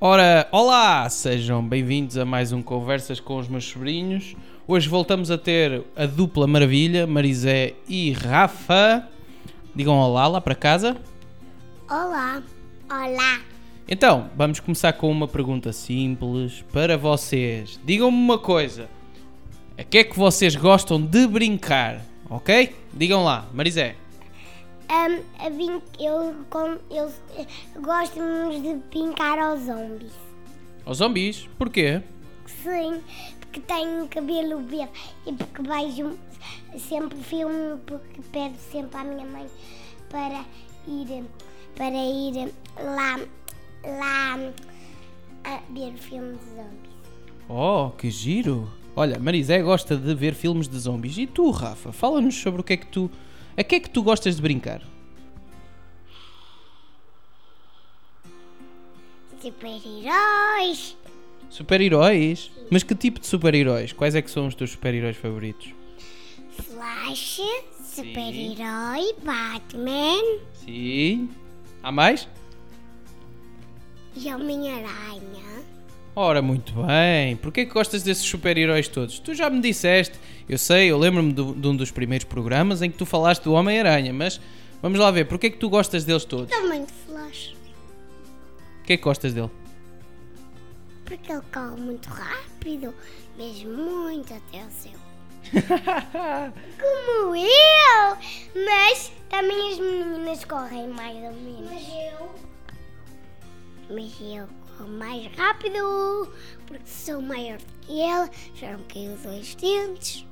Ora, olá! Sejam bem-vindos a mais um Conversas com os meus sobrinhos. Hoje voltamos a ter a dupla maravilha, Marisé e Rafa. Digam olá lá para casa. Olá. Olá. Então, vamos começar com uma pergunta simples para vocês. Digam-me uma coisa. A que é que vocês gostam de brincar? Ok? Digam lá, Marisé. Ahm, Hum, a brin- eu, com- eu, eu gosto muito de brincar aos zombies. Aos zombies, porquê? Sim, porque tenho cabelo verde e porque vejo sempre filme, porque peço sempre à minha mãe para ir, para ir lá, lá a ver filmes de zombies. Oh, que giro! Olha, Marisé gosta de ver filmes de zombies. E tu, Rafa, fala-nos sobre o que é que tu. A que é que tu gostas de brincar? Super-heróis, Super-heróis? Mas que tipo de super-heróis? Quais é que são os teus super-heróis favoritos? Flash, super-herói, Batman Sim. Há mais? e Homem-Aranha. Ora, muito bem. Porquê que gostas desses super-heróis todos? Tu já me disseste. Eu sei, eu lembro-me do- de um dos primeiros programas em que tu falaste do Homem-Aranha, mas vamos lá ver. Porquê que tu gostas deles todos? Também de Flash. O que é que gostas dele? Porque ele corre muito rápido, mesmo muito até o céu. Como eu! Mas também as meninas correm mais ou menos. Mas eu. Mas eu corro mais rápido, porque sou maior do que ele, já não caiu dois dentes.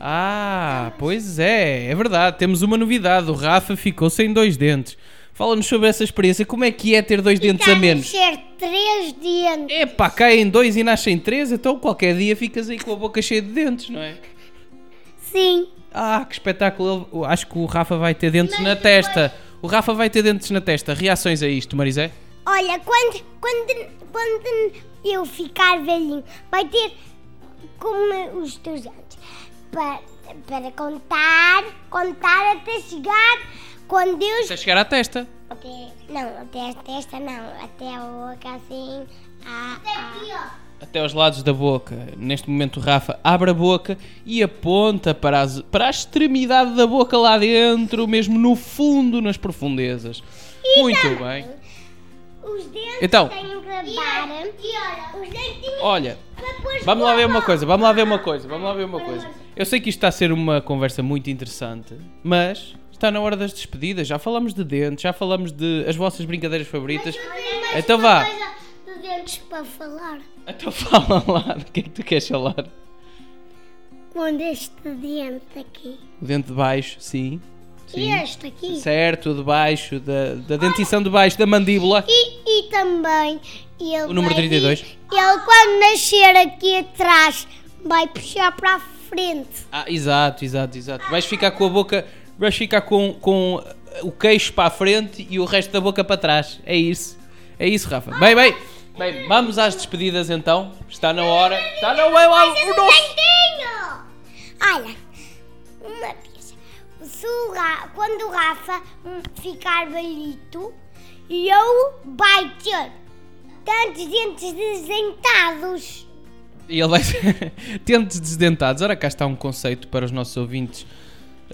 Ah, pois é, é verdade. Temos uma novidade. O Rafa ficou sem dois dentes. Fala-nos sobre essa experiência. Como é que é ter dois dentes a Quero menos? ser três dentes. Epá, caem dois e nascem três, então qualquer dia ficas aí com a boca cheia de dentes, não é? Sim. Ah, que espetáculo. Eu acho que o Rafa vai ter dentes na testa. O Rafa vai ter dentes na testa. Reações a isto, Marisé? Olha, quando, quando, quando eu ficar velhinho, vai ter como os teus anos para, para contar, contar até chegar quando Deus. Até chegar à testa. Até, não, até esta, esta não, até a boca assim. Ah, ah. Até aos lados da boca. Neste momento, o Rafa abre a boca e aponta para, as- para a extremidade da boca lá dentro, mesmo no fundo, nas profundezas. Muito bem. Os dentes Então. tenho que lavar. Os dentinhos Olha, para pôr Vamos lá ver uma escova. coisa, vamos lá ver uma coisa, vamos lá ver uma coisa. Eu sei que isto está a ser uma conversa muito interessante, mas está na hora das despedidas. Já falamos de dentes, já falamos de as vossas brincadeiras favoritas. Mas Então uma vá. coisa de dentes para falar. Então fala lá, do que é que tu queres falar? Quando este dente aqui. O dente de baixo, sim. E Sim. este aqui. Certo, o de baixo, da, da dentição de baixo, da mandíbula. E, e também ele O número vai 32. vir- Ele quando nascer aqui atrás vai puxar para a frente. Ah, exato, exato, exato. Vais ficar com a boca, vais ficar com, com o queixo para a frente e o resto da boca para trás. É isso. É isso, Rafa. Bem, bem. Bem, vamos às despedidas então. Está na hora. Está na hora. O nosso... dentinho! Olha, uma coisa. Se o Ra- quando o Rafa hum, ficar velhito, eu vai ter tantos dentes desentados. E ele vai ser dentes desdentados. Ora, cá está um conceito para os nossos ouvintes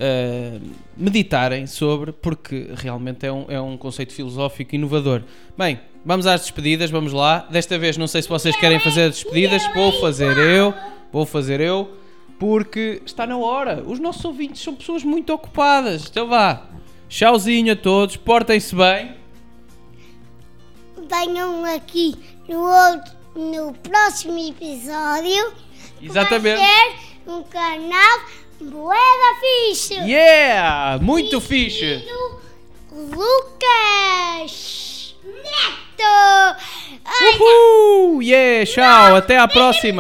ah, meditarem sobre, porque realmente é um, é um conceito filosófico inovador. Bem, vamos às despedidas, vamos lá. Desta vez não sei se vocês querem fazer as despedidas, vou fazer eu, vou fazer eu, porque está na hora. Os nossos ouvintes são pessoas muito ocupadas. Então vá, tchauzinho a todos, portem-se bem. Venham aqui no, outro, no próximo episódio. que vai Exatamente. ser um canal Boeda Fixe. Yeah! é Muito fixe! Do Lucas Neto. Ai, Uhul! Yeah! Tchau! Até à próxima!